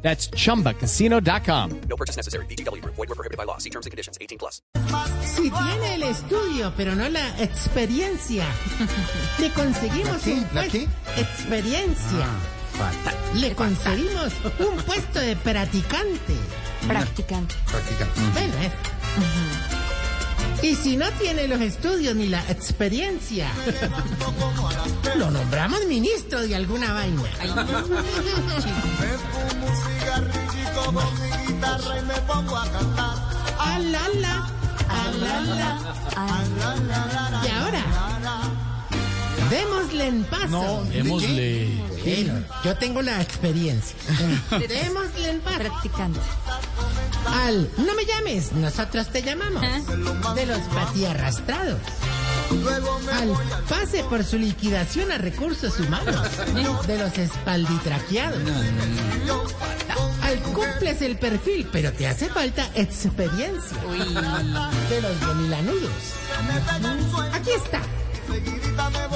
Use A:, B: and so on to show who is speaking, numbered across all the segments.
A: That's chumbacasino.com.
B: No purchase necessary. BGW. Void were prohibited by law. See terms and conditions. 18 plus.
C: Si tiene el estudio, pero no la experiencia, le conseguimos
D: ¿La qué?
C: un
D: ¿La
C: puesto.
D: qué? Ah,
C: Experiencia. Le conseguimos un puesto de practicante.
E: Practicante.
D: Practicante.
C: Ven, eh. Y si no tiene los estudios ni la experiencia, lo nombramos ministro de alguna vaina. Alala, alala. Y ahora, démosle en paso. No, démosle. yo tengo la experiencia. démosle en paso
E: Practicante.
C: al No me llames, nosotros te llamamos. De los patiarrastrados. Al pase por su liquidación a recursos humanos. De los espalditraqueados. A- Al cumples el perfil, pero te hace falta experiencia. De los gomilanudos. Aquí está.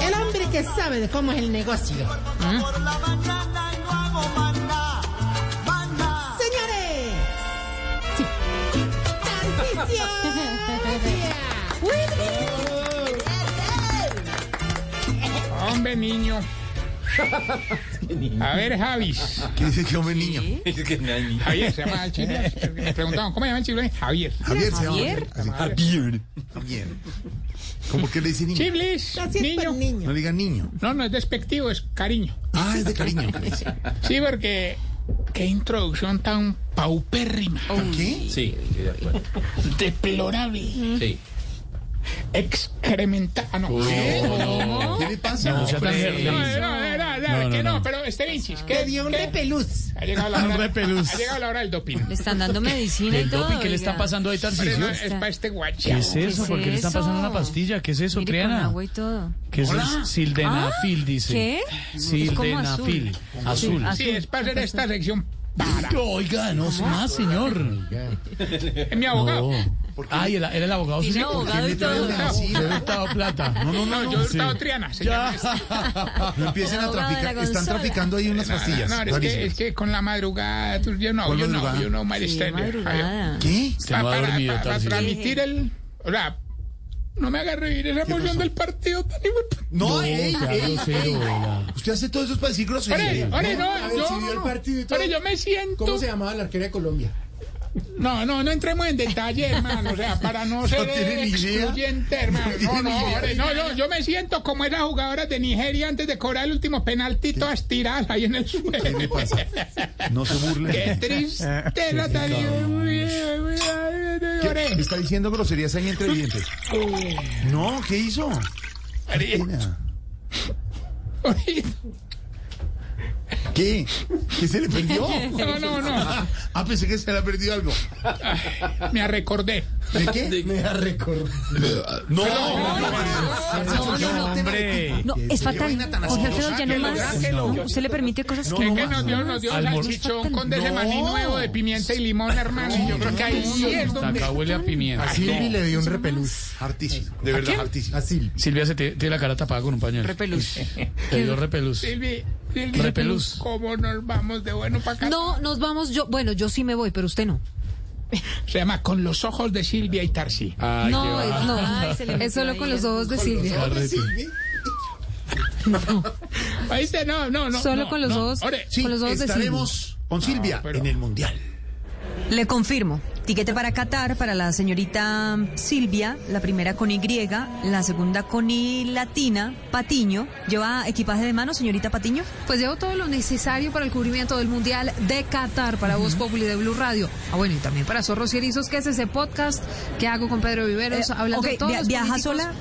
C: El hombre que sabe de cómo es el negocio. Señores. ¡Tarcicio!
F: Hombre, niño. A ver, Javis.
D: ¿Qué dice que hombre niño?
F: Javier se llama el chino. Me preguntaban, ¿cómo se llama el chiflón? Javier.
D: Javier se llama. Así. Javier. Javier. ¿Cómo que le dice niño?
F: Chiflis,
C: Gracias por
F: niño.
C: niño.
D: No diga niño.
F: No, no es despectivo, es cariño.
D: Ah, es de cariño.
F: Sí, porque qué introducción tan paupérrima,
D: ¿Por qué? Sí.
F: deplorable. Sí. Excrementa. Ah, no.
D: ¿Qué le pasa? No,
F: No, no, no, no, que no, pero este Vinci,
C: Te
F: ¿qué?
C: dio un
F: qué?
C: repelús.
F: Ha llegado la hora. Ha llegado la hora del doping.
E: Le están dando medicina y todo.
G: ¿Qué le
E: oiga.
G: está pasando ahí,
F: Pero no,
G: Tarcisio?
F: es para este
G: ¿Qué
F: guacha.
G: es eso?
E: es
G: ¿Por qué le están
E: eso?
G: pasando una pastilla? ¿Qué es eso,
E: Mire, con
G: Triana?
E: agua y todo.
G: ¿Qué es el sildenafil, dice?
E: ¿Qué?
G: Sildenafil.
E: Es
G: Azul.
E: azul.
F: Sí, es para hacer esta sección. Para.
G: Oiga, no es más, señor.
F: Es mi abogado.
G: Ay, él él el abogado sí
E: Tiene
G: se
E: abogado y todo.
G: debe estaba plata. No, no,
F: No, yo he hurtado Triana. se llama esta.
D: No empiecen a
E: Abogado de la
D: traficar. Están
E: consola.
D: traficando ahí unas pastillas.
F: No, es que, es
D: Rarísimas.
F: que con la madrugada, tú- yo no,
D: ¿Cuál
F: yo no,
D: madrugada?
F: yo no, Maristela.
E: madrugada.
D: ¿Qué?
G: Usted no ha dormido,
F: para,
G: Tarcisio.
F: transmitir el. O sea, no me haga revivir esa emoción
D: pasó?
F: del partido tan igual.
D: No, ey,
G: sea
D: ey,
G: grosero,
D: ey.
G: oiga.
D: Usted hace todo eso para decir
F: Ore,
D: grosería.
F: ore,
D: No,
F: no,
D: si vio el partido y
F: yo.
D: todo.
F: Ore, yo me siento.
C: llamaba la arquería de Colombia?
F: No, no, no entremos en detalle, hermano. O sea, para no ser
D: tiene ni idea.
F: excluyente,
D: No
F: hermano. No,
D: tiene ni
F: no,
D: idea.
F: hombre, no, yo, yo me siento como esas jugadoras de Nigeria antes de cobrar el último penalti, todas tiradas ahí en el suelo.
D: le pasa? No se
F: Qué
D: burle.
F: triste la
D: ¿Qué? Está diciendo groserías ahí entre dientes. No, ¿qué hizo? Nena. ¿Qué? ¿Qué se le perdió?
F: No, no, no.
D: Ah, pensé que se le ha perdido algo.
F: Me recordé.
D: ¿De qué? Me ha No,
E: No, no, no.
G: Hombre,
E: No, es fatal. Jorge Alfredo, ya no más. No, ¿Usted le permite cosas que
F: Es
E: no
F: que nos
E: más?
F: dio, nos dio
G: Almor-
F: salchichón con de semaní nuevo de pimienta y limón, hermano. Y yo creo que ahí sí es donde.
G: acá huele a pimienta.
D: Silvi le dio un repelús. Hartísimo. De verdad, hartísimo. A Silvi.
G: Silvia se te- tiene la cara tapada con un pañuelo.
E: Repelús.
G: Te dio repelús.
F: Silvi, Silvi,
G: Repelús.
F: ¿Cómo nos vamos de bueno para acá?
E: No, nos vamos. Yo, bueno, yo sí me voy, pero usted no.
F: Se llama Con los ojos de Silvia y Tarsi.
G: Ay, qué
E: No, es,
G: va.
E: no. es solo con los ojos de Silvia.
F: ¿Oíste? No, no, no.
E: Solo
F: no,
E: con los
F: no.
E: ojos.
F: Ore,
D: Sí, Ah,
E: Con los ojos de
D: estaremos con Silvia
F: pero-
D: en el Mundial.
H: Le confirmo. Tiquete para Qatar para la señorita Silvia, la primera con Y, la segunda con I latina, Patiño. ¿Lleva equipaje de mano, señorita Patiño?
I: Pues llevo todo lo necesario para el cubrimiento del Mundial de Qatar para Voz Populi de Blue Radio. Ah, bueno, y también para Zorros y Erizos, que es ese podcast que hago con Pedro Viveros,
H: Eh,
I: hablando
H: ok,
I: de todos
H: via-
I: los
H: ¿Viaja
I: políticos.
H: sola?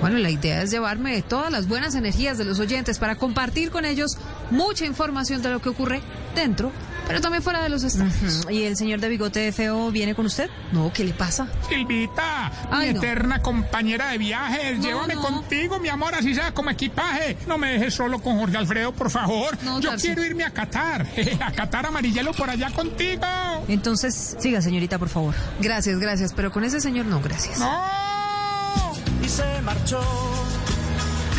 I: Bueno, la idea es llevarme todas las buenas energías de los oyentes para compartir con ellos mucha información de lo que ocurre dentro pero también fuera de los estadios.
H: ¿Y el señor de bigote feo viene con usted?
I: No, ¿qué le pasa?
F: Silvita,
I: Ay,
F: mi
I: no.
F: eterna compañera de viajes,
I: No,
F: llévame
I: no.
F: contigo, mi amor, así sea como equipaje. No me dejes solo con Jorge Alfredo, por favor.
I: No,
F: Yo
I: Tarso.
F: quiero irme a Qatar, a Qatar amarillelo por allá contigo.
H: Entonces, siga, señorita, por favor.
I: Gracias, gracias, pero con ese señor no, gracias.
F: ¡No!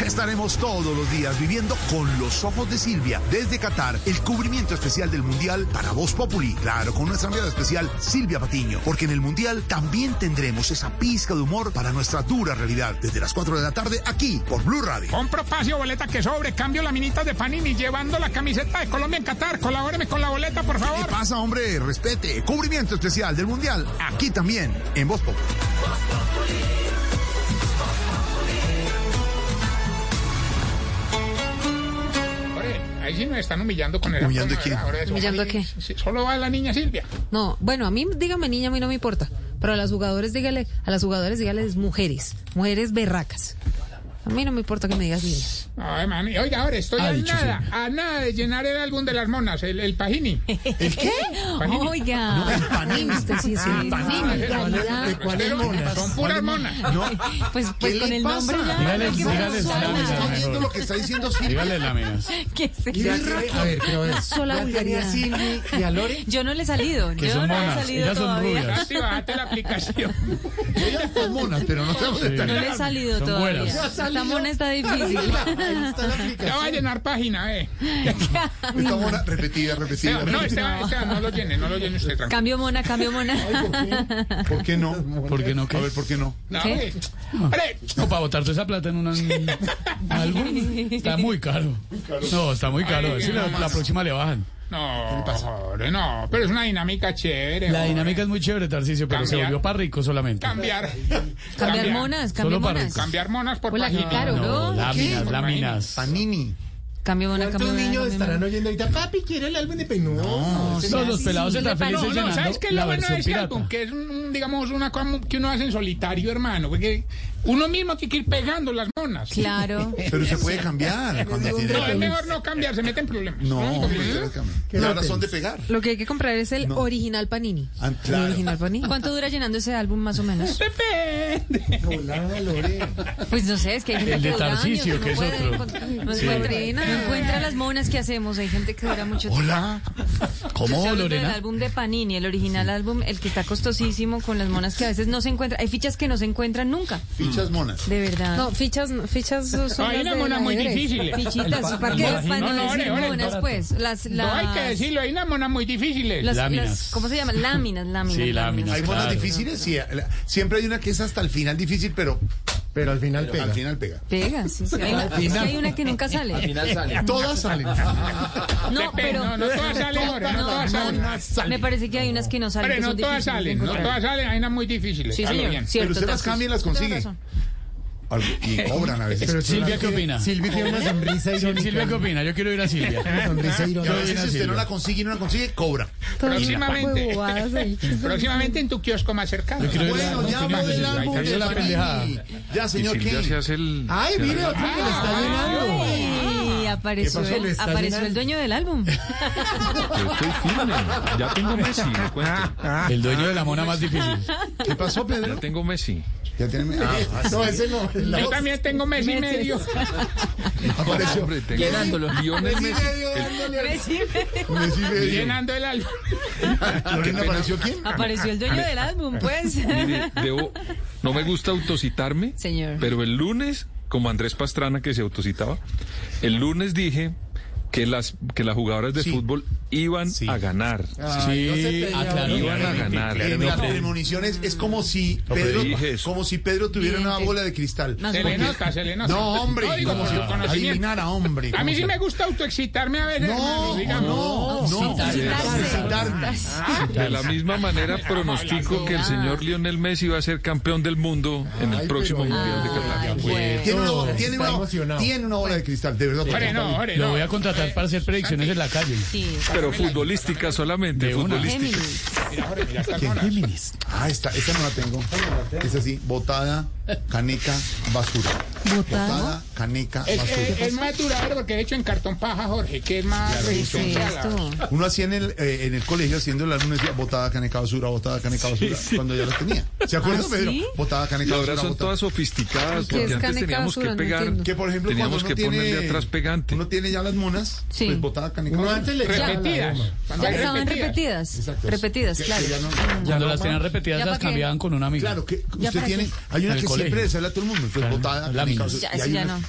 D: Estaremos todos los días viviendo con los ojos de Silvia desde Qatar el cubrimiento especial del Mundial para Voz Populi. Claro, con nuestra enviada especial Silvia Patiño, porque en el Mundial también tendremos esa pizca de humor para nuestra dura realidad desde las 4 de la tarde aquí por Blue Radio.
F: Compro pasio, boleta que sobre, cambio la minita de Panini, llevando la camiseta de Colombia en Qatar. Colabóreme con la boleta, por
D: ¿Qué
F: favor.
D: pasa, hombre? Respete. Cubrimiento especial del Mundial aquí también en Voz Populi.
F: Hombre, Ahí sí nos están humillando con el
D: ¿Humillando
F: apodo,
D: a quién?
F: ¿verdad? Ahora eso,
I: ¿Humillando a
F: ahí
I: qué?
F: sí, Solo va la niña Silvia.
I: No, bueno, a mí dígame niña, a mí no me importa, pero a las jugadoras dígale, a las jugadoras dígales mujeres, mujeres berracas. A mí no me importa que me digas niña.
F: Ay, mami. Oiga, ahora estoy a nada, a nada de llenar el álbum de las monas, el, el Pajini.
D: ¿El qué?
F: Panini.
E: Oiga.
I: Ay, usted
H: Este
I: sí es una brutalidad.
F: Pero Son puras monas.
D: No.
E: Pues, pues
D: ¿Qué
E: con
D: le
E: el nombre
D: pasa?
E: ya.
G: Dígales,
E: ¿qué
G: dígales,
E: pasó?
D: ¿No
G: láminas,
D: está
G: mejor.
D: viendo lo que está diciendo Silvia?
G: Dígale láminas.
E: ¿Qué es eso?
D: Qué berraco.
I: Sola vulgaridad.
C: y a Lore.
E: Yo no le he salido.
G: Que
E: yo
G: son
E: no le he
G: monas.
E: salido
G: Ellas son
E: todavía.
G: rubias.
F: Casi bájate la aplicación.
D: Ellas son monas, pero no estamos
G: Sí.
E: No le he salido
G: Son
E: todavía.
G: buenas.
E: Esta mona está difícil.
F: Ya va a llenar página, eh.
D: Esta mona repetida, repetida.
F: Esteban, no,
D: repetida.
F: Esteban, Esteban, no lo llene, no lo llene usted tranquilo.
E: Cambio mona, cambio mona.
D: ¿Por qué no?
G: ¿Por qué no qué?
D: A ver, ¿por qué no?
F: No,
E: ¿Qué?
F: eh. Hombre,
G: No, para botar toda esa plata en una- un álbum está muy caro. No, está muy caro. A ver si la, la próxima le bajan.
F: no, hombre, no, pero es una dinámica chévere.
G: La
F: hombre.
G: dinámica es muy chévere, Tarcicio, pero se
F: Cambiar.
G: volvió para rico solamente.
F: Cambiar.
E: Cambiar monas, cambio
G: Solo para
E: monas.
G: ricos.
F: Cambiar monas por
I: Hola, qué
F: página.
I: caro,
G: No,
I: ¿no?
G: láminas,
F: ¿Qué?
G: láminas.
D: Panini.
E: Cambio mona, cambio
C: ¿Cuántos
E: mona.
C: niños
E: cambio
C: estarán
E: mona.
C: oyendo ahorita? Papi, quiero el álbum de Penú.
G: Todos los pelados están
F: No,
G: felices
F: no,
G: llenando
F: ¿sabes qué es
G: la
F: lo bueno de
G: versión
F: ese álbum?
G: pirata.
F: Que es, un, digamos, una cosa que uno hace en solitario, hermano. Porque uno mismo tiene que ir pegando las monas.
E: Claro.
D: Pero se puede cambiar cuando tiene
F: No, es
D: problemas.
F: mejor no cambiar, se meten problemas.
D: No,
F: ¿Mm?
D: pues, se puede cambiar. la razón de pegar.
I: Lo que hay que comprar es el original Panini.
D: Ah, claro.
I: El original Panini.
E: ¿Cuánto dura llenando ese álbum más o menos?
F: Depende.
C: Hola, Lore.
E: Pues no sé, es que hay gente
G: El de
E: que dura años,
G: Tarcisio,
E: no
G: que es
E: puede
G: otro.
E: encont- No,
G: Sí.
E: encuentra, no encuentra las monas que hacemos, hay gente que dura mucho tiempo.
D: Hola.
G: ¿Cómo,
E: Estoy hablando del
G: Lorena?
E: álbum de Panini, el original álbum, el que está costosísimo con las monas que a veces no se encuentran. Hay fichas que no se encuentran nunca,
D: Fichas monas.
E: de verdad.
I: No, fichas, fichas son las
F: Hay una
I: del
F: mona muy
I: ajedrez.
F: difícil.
E: Fichitas, ¿para qué?
G: Imagínate.
E: Para no,
F: No, no,
E: decir
F: ore, ore,
E: monas,
G: barato.
E: pues. Las, las,
F: No hay que decirlo, hay unas monas muy difíciles.
E: las-
G: Láminas.
E: las- ¿Cómo se llama? Láminas, láminas.
G: Sí, láminas.
D: Hay monas
G: Claro.
D: difíciles, sí. la- Siempre hay una que es hasta el final difícil, pero
C: Pero al final
D: al final pega.
E: Pega, sí, sí. Hay, una- es que hay una que nunca sale.
D: Todas salen.
E: No,
F: Depende,
E: pero.
F: no, no todas salen, Lore, no todas salen.
E: Me parece que hay unas que no salen.
F: Hombre,
E: que
F: no
E: son
F: todas
E: difíciles de
F: salen, no
E: encontrar.
F: todas salen, hay unas muy difíciles.
E: Sí,
F: hazlo
E: señor.
F: bien.
E: Cierto,
D: Pero usted las
E: Tarcisio.
D: cambia y las
E: Tienes
D: consigue.
E: razón.
D: Y cobran a veces.
G: Silvia, ¿qué opina?
C: Silvia tiene una sonrisa irónica.
G: Silvia, ¿qué opina? Yo quiero ir a Silvia.
C: Una sonrisa
D: Y a
C: irónica.
D: veces si usted no la consigue y no la consigue, cobra.
F: Próximamente.
I: Huevobadas ahí.
F: Próximamente en tu kiosco más cercano.
G: Yo quiero ir a
D: Bueno, ya
G: opinión
D: habló
G: de
D: del
G: Silvia.
D: álbum
G: Ahí
D: de
G: está la
D: Panini.
G: pendejada.
D: Ya, señor, ¿qué?
C: Ay, mire otro que le está llenando.
E: Ay, apareció,
C: pasó?
E: el,
C: ¿Le está
E: apareció
C: llenando?
E: el dueño del álbum.
F: Ah.
G: El dueño de la mona más difícil.
D: ¿Qué pasó, Pedro? Ah, Ya tengo Messi. Ya tiene Messi.
C: No, ese no. La
F: Yo
C: voz.
F: también tengo mes y medio.
D: Apareció.
J: Llenando los guiones.
D: Messi medio dándole. Messi medio.
F: Llenando el álbum.
D: ¿Lorena apareció quién?
E: Apareció el dueño del álbum, pues.
J: Mire, debo- no me gusta autocitarme,
E: Señor.
J: pero el lunes, como Andrés Pastrana que se autocitaba, el lunes dije que las que las jugadoras de
D: Sí.
J: fútbol iban
D: Sí.
J: a ganar.
C: no se
G: Sí,
C: pelea,
G: aclaró.
J: Iban a ganar.
D: En las premoniciones es como si Pedro,
J: dije eso.
D: como si Pedro tuviera una bola de cristal.
E: Más
F: Se
E: o
F: le
E: menos.
F: nota, se le nota.
D: No, hombre,
F: Eh, No digo
D: como
F: por
D: si
F: su conocimiento.
D: adivinara, hombre.
F: A mí
D: como
F: sí
D: si-
F: me gusta autoexcitarme a veces, hermano,
D: No,
F: digamos.
D: no, no. Felicitarme.
J: De la misma manera pronostico que el señor Lionel Messi va a ser campeón del mundo en el próximo Mundial de Qatar.
D: Tiene una, bola-
C: Está
D: tiene, una,
C: emocionado.
D: tiene una bola de cristal, de verdad.
F: Hombre, no, hombre,
G: Lo
F: no.
G: voy a contratar para hacer predicciones en la calle.
E: Sí.
J: Pero futbolística solamente,
G: De una.
J: futbolística.
F: Mira, Jorge, mira estas monas.
D: Ah, esta, esta no la tengo. Es así, botada, caneca, basura. botada, caneca,
F: Es,
D: basura.
F: es- es más duradero porque es hecho en cartón paja, Jorge, que es más resistente a la-
D: Uno hacía en el, eh, en el colegio haciendo la alumna decía botada caneca basura, botada caneca basura, cuando ya las tenía. ¿Se acuerdan,
J: ¿Ah,
D: Pedro?
J: sí?
D: Botada
J: Y
D: caneca
J: ahora
D: basura.
J: son
D: botada-
J: todas sofisticadas
D: ¿Qué es
J: porque antes
D: caneca
J: teníamos
D: basura?
J: que
D: No
J: pegar,
D: entiendo. Que, por ejemplo,
J: teníamos
D: cuando
J: que
D: uno tiene-
J: ponerle atrás pegante.
D: Uno tiene ya las monas,
E: Sí.
D: pues botada caneca
E: Uno
D: basura.
E: antes le echaba la Repetidas. goma. Ya estaban repetidas.
D: Exacto.
E: Repetidas,
D: Que- que
E: claro.
D: ya no-
G: Cuando las tenían repetidas
E: Ya
G: las
E: pa' qué.
G: cambiaban con una amiga.
D: Claro, que
E: Ya
D: usted
E: para
D: tiene.
E: qué.
D: Hay una
G: En el
D: que siempre
G: colegio.
D: le sale a todo el mundo, pues
G: Claro,
D: botada
G: la
D: caneca
G: misma.
D: basura.
E: Ya,
D: Y
E: eso
D: hay
E: ya
D: una-
E: no.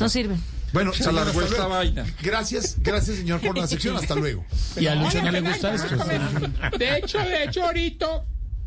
E: No sirve.
D: Bueno,
G: Se
D: señor,
G: alargó
D: hasta
G: esta
D: luego. Gracias, gracias, señor, por la sección. Hasta luego.
G: Y a Lucho
F: Oye,
G: no le
F: venga,
G: gusta
F: venga,
G: esto.
F: venga, venga. De hecho, de hecho, ahorita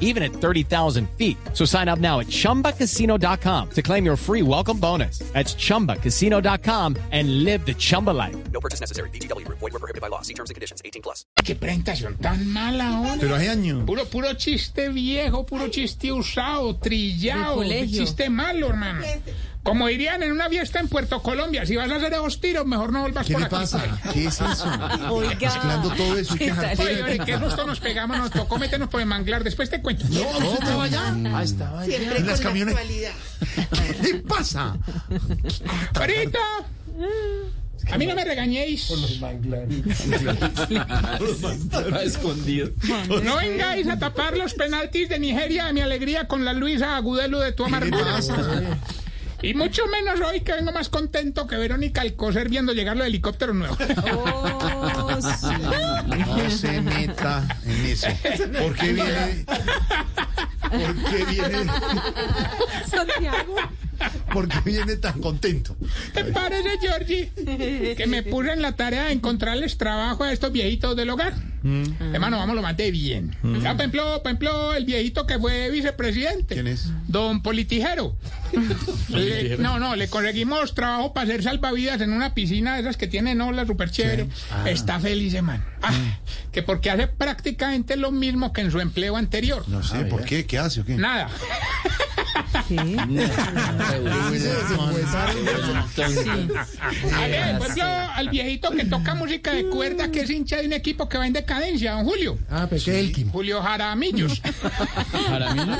A: even at 30,000 feet. So sign up now at ChumbaCasino.com to claim your free welcome bonus. That's ChumbaCasino.com and live the Chumba life.
B: No purchase necessary. VGW Group. Void were prohibited by law. See terms and conditions. 18 plus.
F: Qué presentación tan mala, hombre.
D: Pero hace año.
F: Puro, puro chiste viejo, puro chiste usado, trillado,
E: Del colegio.
F: chiste malo, hermano. Como dirían en una fiesta en Puerto Colombia, si vas a hacer esos tiros, mejor no volvas
D: ¿Qué
F: por
D: le
F: aquí.
D: pasa? ¿Qué es eso?
E: Oiga.
D: Mezclando todo eso. y
E: ¿Qué
D: que
E: tal?
D: jartera.
F: Oye, oye, qué gusto nos pegamos, nos tocó meternos por el manglar, después te cuento.
D: No, usted estaba allá. Ah, estaba allá.
C: Siempre
D: En
C: con
D: las
C: la
D: camiones.
C: actualidad.
D: ¿Qué le pasa?
F: ¡Ahorita! A mí no me regañéis. No vengáis a tapar los penaltis de Nigeria de mi alegría con la Luisa Agudelo de tu
D: ¿Qué le
F: amargura.
D: pasa?
F: Y mucho menos hoy que vengo más contento que Verónica Alcocer viendo llegar los helicópteros nuevos.
E: Oh, sí.
D: No se meta en eso. ¿Por qué viene? ¿Por qué viene?
I: Santiago.
D: ¿Por qué viene tan contento?
F: ¿Te parece, Georgie? Que me puse en la tarea de encontrarles trabajo a estos viejitos del hogar.
D: Mm.
F: Hermano, vamos, lo maté bien. Ya, por ejemplo, por ejemplo, el viejito que fue vicepresidente.
D: ¿Quién es?
F: Don Politijero. Le- no, no, le conseguimos trabajo para hacer salvavidas en una piscina de esas que tienen olas súper chévere.
D: Ah.
F: Está feliz, hermano. Ah,
D: Mm.
F: Que porque hace prácticamente lo mismo que en su empleo anterior.
D: No sé, ¿por qué? ¿Qué hace o qué?
F: Nada. A ver, por ejemplo, al viejito que toca música de cuerda, que es hincha de un equipo que va en decadencia, don Julio.
C: Ah, pero qué Elkin.
F: Julio Jaramillos.
G: Para mí no.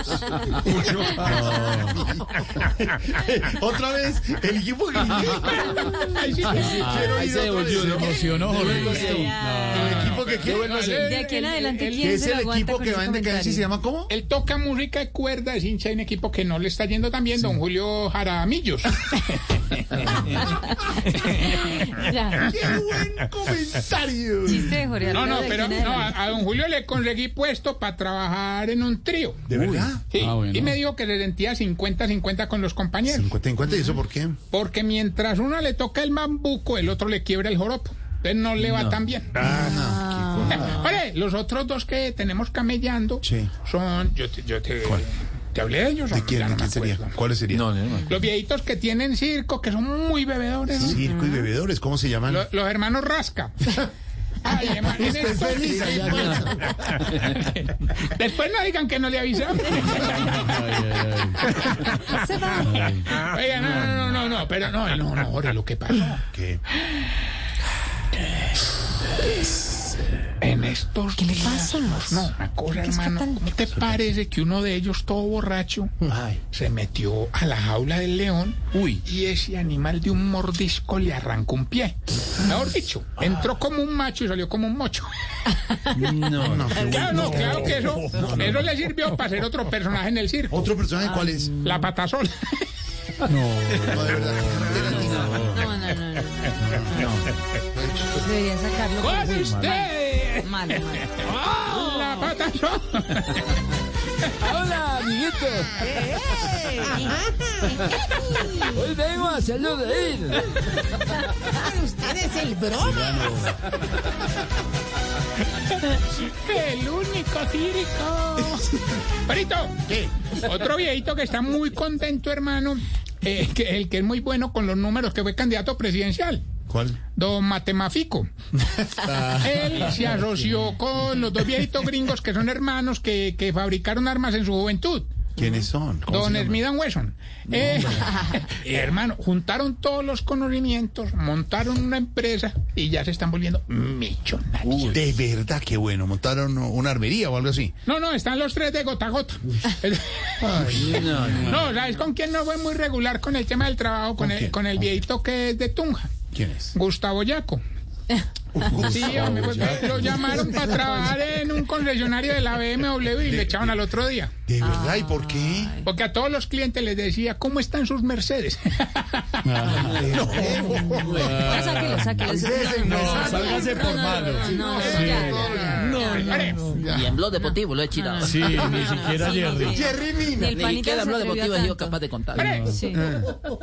D: Otra vez, el equipo que
F: Ahí sí que-
D: quiero ir otra vez.
G: Se emocionó, Jorge.
D: El equipo que quiero
E: De aquí en adelante,
F: el-
E: ¿quién
D: ¿Qué es
E: se lo
D: el
E: aguanta
D: equipo
E: con
D: que
E: ese
D: va en decadencia
E: comentario?
D: y se llama cómo?
F: Él toca música de cuerda, es hincha de un equipo que no le está yendo tan bien, don Julio Jaramillos.
E: Ya,
D: ¡Qué buen comentario!
E: chiste de Jorge
F: No,
E: Alfredo
F: no,
E: de
F: pero
E: aquí en
F: no,
E: adelante.
F: a, a don Julio le conseguí puesto para trabajar en un trío.
D: ¿De verdad?
F: Sí,
G: Ah, bueno.
F: Y me dijo que se sentía 50-50 con los compañeros.
D: 50-50, ¿y eso por qué?
F: Porque mientras uno le toca el mambuco, el otro le quiebra el joropo. Entonces no le va tan bien.
D: Ah,
F: Oye, los otros dos que tenemos camellando
D: Sí.
F: son. Yo te, yo te, te hablé de ellos. o
D: ¿De
F: no?
D: quién?
F: Ya
D: ¿De
F: no me
D: quién sería?
F: acuerdo.
D: ¿Cuáles serían?
F: Los viejitos que tienen circo, que son muy bebedores. ¿no?
D: Circo y bebedores, ¿cómo se llaman?
F: Lo- los hermanos Rasca. Ay, hermano, en esto- Después no digan que no le avisaron.
I: Se va.
F: Oiga, no, no, no, no, no, pero no, no, no, ahora lo que pasó.
D: ¿Qué?
F: En estos ¿Qué le pasa? No, una cosa, hermano. ¿Cómo te parece que uno de ellos, todo borracho, se metió a la jaula del león y ese animal de un mordisco le arrancó un pie? Mejor dicho, entró como un macho y salió como un mocho.
D: No, no, qué
F: Claro, no,
D: bueno.
F: claro que eso,
D: No, no, no.
F: eso le sirvió para ser otro personaje en el circo.
D: ¿Otro personaje cuál es?
F: La patasola.
D: No, de verdad.
E: No, no, no, no. Debería sacarlo.
F: ¡Con Pues usted!
E: Malo, malo.
F: La patasola.
K: Hola, amiguitos. Hoy vengo a hacerlo reír.
C: Para ustedes el broma.
F: El único circo. Perito, ¿qué? Otro viejito que está muy contento, hermano. eh, que- el que es muy bueno con los números, que fue candidato presidencial. ¿Cuál? Don Matemafico.
L: Ah.
F: Él se asoció con los dos viejitos gringos que son hermanos que, que fabricaron armas en su juventud.
L: ¿Quiénes son? ¿Cómo
F: Don
L: se llaman?
F: Smith and Wesson. Eh, hermano, juntaron todos los conocimientos, montaron una empresa y ya se están volviendo millonarios.
L: Uy, de verdad, qué bueno. Montaron una armería o algo así.
F: No, no, están los tres de gota a gota.
L: no, no.
F: No, ¿sabes con quién no fue muy regular con el tema del trabajo? Con, el, con el viejito que es de Tunja,
L: ¿Quién es?
F: Gustavo Yaco. Sí, hombre, pues, lo llamaron para trabajar en un concesionario de la BMW y le echaron al otro día.
L: ¿De verdad? ¿Y por qué?
F: Porque a todos los clientes les decía, ¿cómo están sus Mercedes?
L: Ah.
E: No, sáquelo, sáquelo.
G: No, Ah. sálgase por malo.
E: No, ya, ya.
K: Y en blog deportivo lo he tirado.
G: Sí, ni siquiera Jerry.
L: Jerry
E: Ni
L: Mina.
E: el
K: Ni
E: panita
K: siquiera
E: se
K: en blog
E: atrevió
K: deportivo he sido
E: tanto.
K: capaz de contar.
F: ¡Pare!
E: Sí,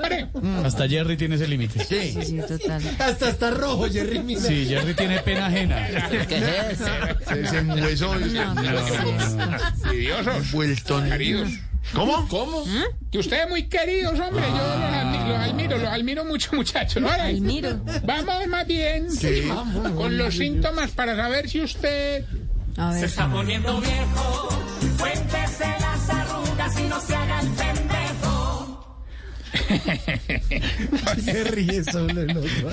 F: ¡Pare!
G: Hasta Jerry tiene ese límite.
E: sí, sí, total.
L: Hasta está rojo, Jerry Mina.
G: Sí, Jerry tiene pena ajena.
K: ¿Qué es eso?
L: Se, se enhuesó.
F: ¡Idiosos!
L: Vuelto.
F: Queridos.
L: ¿Cómo? ¿Cómo?
F: Que ustedes muy queridos, hombre. Yo los admi- los admiro, los admiro mucho, muchachos. Ahora,
E: Almiro.
F: Vamos más bien con los síntomas para saber si usted
E: A ver. Ah,
L: Se ríe solo el otro.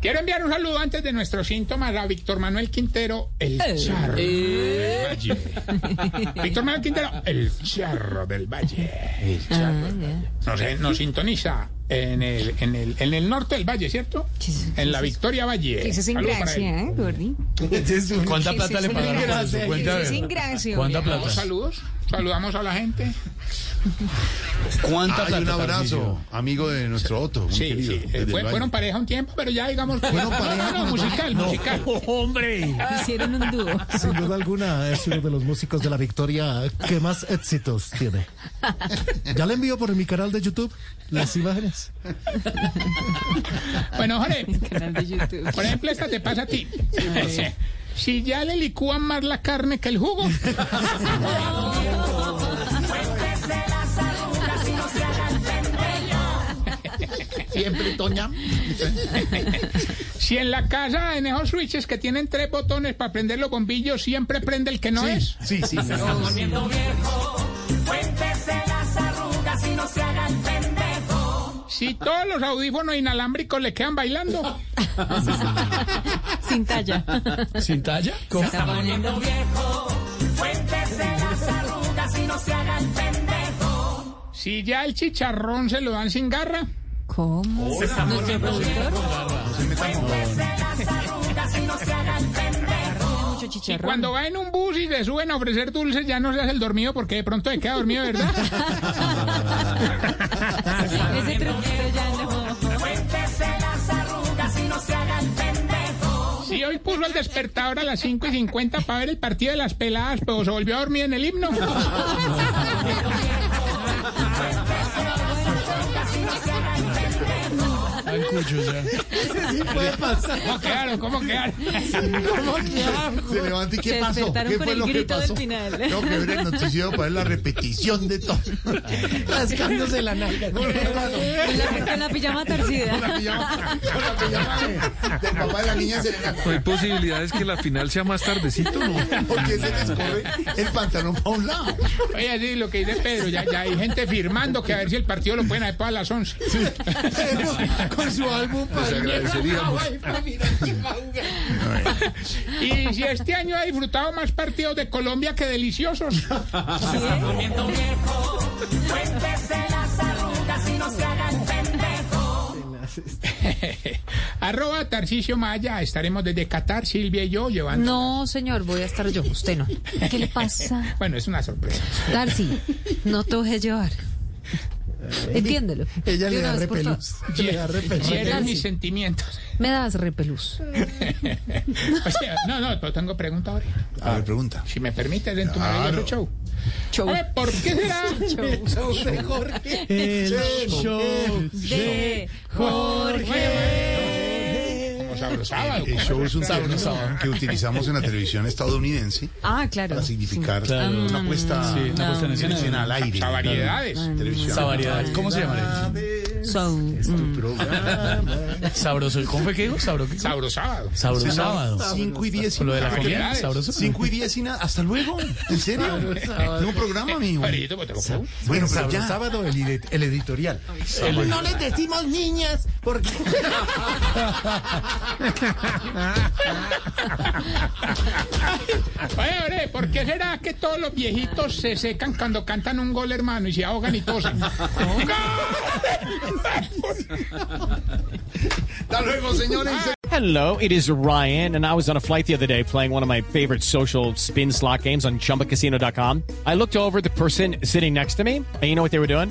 F: Quiero enviar un saludo antes de nuestros síntomas a Víctor Manuel Quintero, el
E: Eh.
F: charro.
L: Eh.
F: del Valle. Víctor Manuel Quintero, el charro del Valle. El charro del Valle. Nos, eh, nos sintoniza en el, en, el, en el norte del Valle, ¿cierto?
E: Sí, sí,
F: En la Victoria Valle.
I: Dice sin
F: Saludo para él.
I: gracia, ¿eh, Gordi?
G: ¿Cuánta plata le pagaron por su cuenta?
I: Dice sin gracia.
G: ¿Cuánta
F: Damos
G: plata?
F: Saludos, saludamos a la gente.
G: ¿Cuánta
L: Hay un
G: plata? Tarcisio?
L: abrazo, amigo de nuestro Otto. muy
F: Sí,
L: querido,
F: sí. eh,
L: desde el
F: fue-
L: Valle.
F: fueron pareja un tiempo, pero ya digamos.
L: Fueron pareja,
F: No, no, no, musical, musical.
G: ¡Hombre!
E: Hicieron un dúo.
M: Sin duda alguna es uno de los músicos de la Victoria que más éxitos tiene. Ya le envío por mi canal de YouTube las imágenes.
F: Bueno, Jorge,
E: Canal de YouTube.
F: por ejemplo, esta te pasa a ti. Eh, Si ya le licúan más la carne que el jugo.
L: Siempre Toña.
F: Si en la casa, en esos switches que tienen tres botones para prender los bombillos, siempre prende el que no es.
L: Sí, sí.
F: Si todos los audífonos inalámbricos le quedan bailando.
E: Sin talla.
G: ¿Sin talla? ¿Cómo?
F: Si ya el chicharrón se lo dan sin garra.
E: ¿Cómo? Nuestro productor tiene mucho
F: Y
E: chicharrón.
F: cuando va en un bus y le suben a ofrecer dulces, ya no se hace el dormido porque de pronto se queda dormido, ¿verdad?
E: Ese truquito ya no.
F: Si hoy puso el despertador a las 5 y 50 para ver el partido de las peladas, pero se volvió a dormir en el himno.
G: Ay, cucho, ya.
F: ¿Cómo quedaron? ¿Cómo quedaron?
L: Se levanta y ¿qué
E: Se
L: pasó?
E: despertaron
L: ¿Qué
E: con
L: fue
E: el
L: lo que
E: grito del
L: pasó?
E: final.
L: Tengo que ver el noticiero para ver la repetición de todo.
M: Rascándose la nalga.
E: Con la, con la pijama torcida.
L: Del papá de la niña Serenata.
J: ¿No hay posibilidades que la final sea más tardecito? No.
L: Porque se les corre el pantalón para un lado.
F: Oye, sí, lo que dice Pedro, ya, ya hay gente firmando que a ver si el partido lo pueden hacer para las 11.
L: Con su álbum para
J: agradeceríamos.
F: Y si este año ha disfrutado más partidos de Colombia que deliciosos. Arroba Tarcicio Maya, estaremos desde Qatar, Silvia y yo llevando.
I: No, señor, voy a estar yo. Usted no.
H: ¿Qué le pasa?
F: Bueno, es una sorpresa.
I: Darcy, no te voy a llevar.
L: Eh,
I: Entiéndelo.
M: Ella
I: De
M: le
I: una
M: da
I: vez por
M: repelús. Le da repelús.
F: Quieren
I: Darcy.
F: mis sentimientos.
I: todas. Me das repelús.
F: O sea, no, no, pero tengo pregunta ahora.
L: A ver, pregunta.
F: Si me permites, en tu
L: Claro.
F: maravilloso show.
I: Show.
F: Oye, ¿Por qué será?
G: El show.
E: De
F: Como sabrosaba.
L: El show es un término que utilizamos en la televisión estadounidense
E: Ah, claro.
L: para significar
G: Claro.
L: una apuesta
G: Sí, una puesta en escena.
L: al aire.
F: Variedades.
L: Televisión.
G: Esa variedad. ¿Cómo se llama?
H: So, mm.
G: Sabroso. ¿Cómo fue que dijo? Sabro, ¿qué? Sabro sábado. Sabro
L: Sí,
G: sábado.
L: 5 y 10.
G: Por lo de la comida, sabroso.
L: 5 y 10 y nada. Hasta luego. ¿En serio? Tengo un programa, mijo.
F: pues,
L: Bueno, pero ya.
M: sábado el, ide- el editorial.
C: No les decimos niñas porque...
F: Oye, oye, ¿por qué será que todos los viejitos se secan cuando cantan un gol, hermano, y se ahogan y tosen?
L: Hasta luego, señores.
A: Hello, it is Ryan, and I was on a flight the other day playing one of my favorite social spin slot games on chumbacasino.com. I looked over at the person sitting next to me, and you know what they were doing?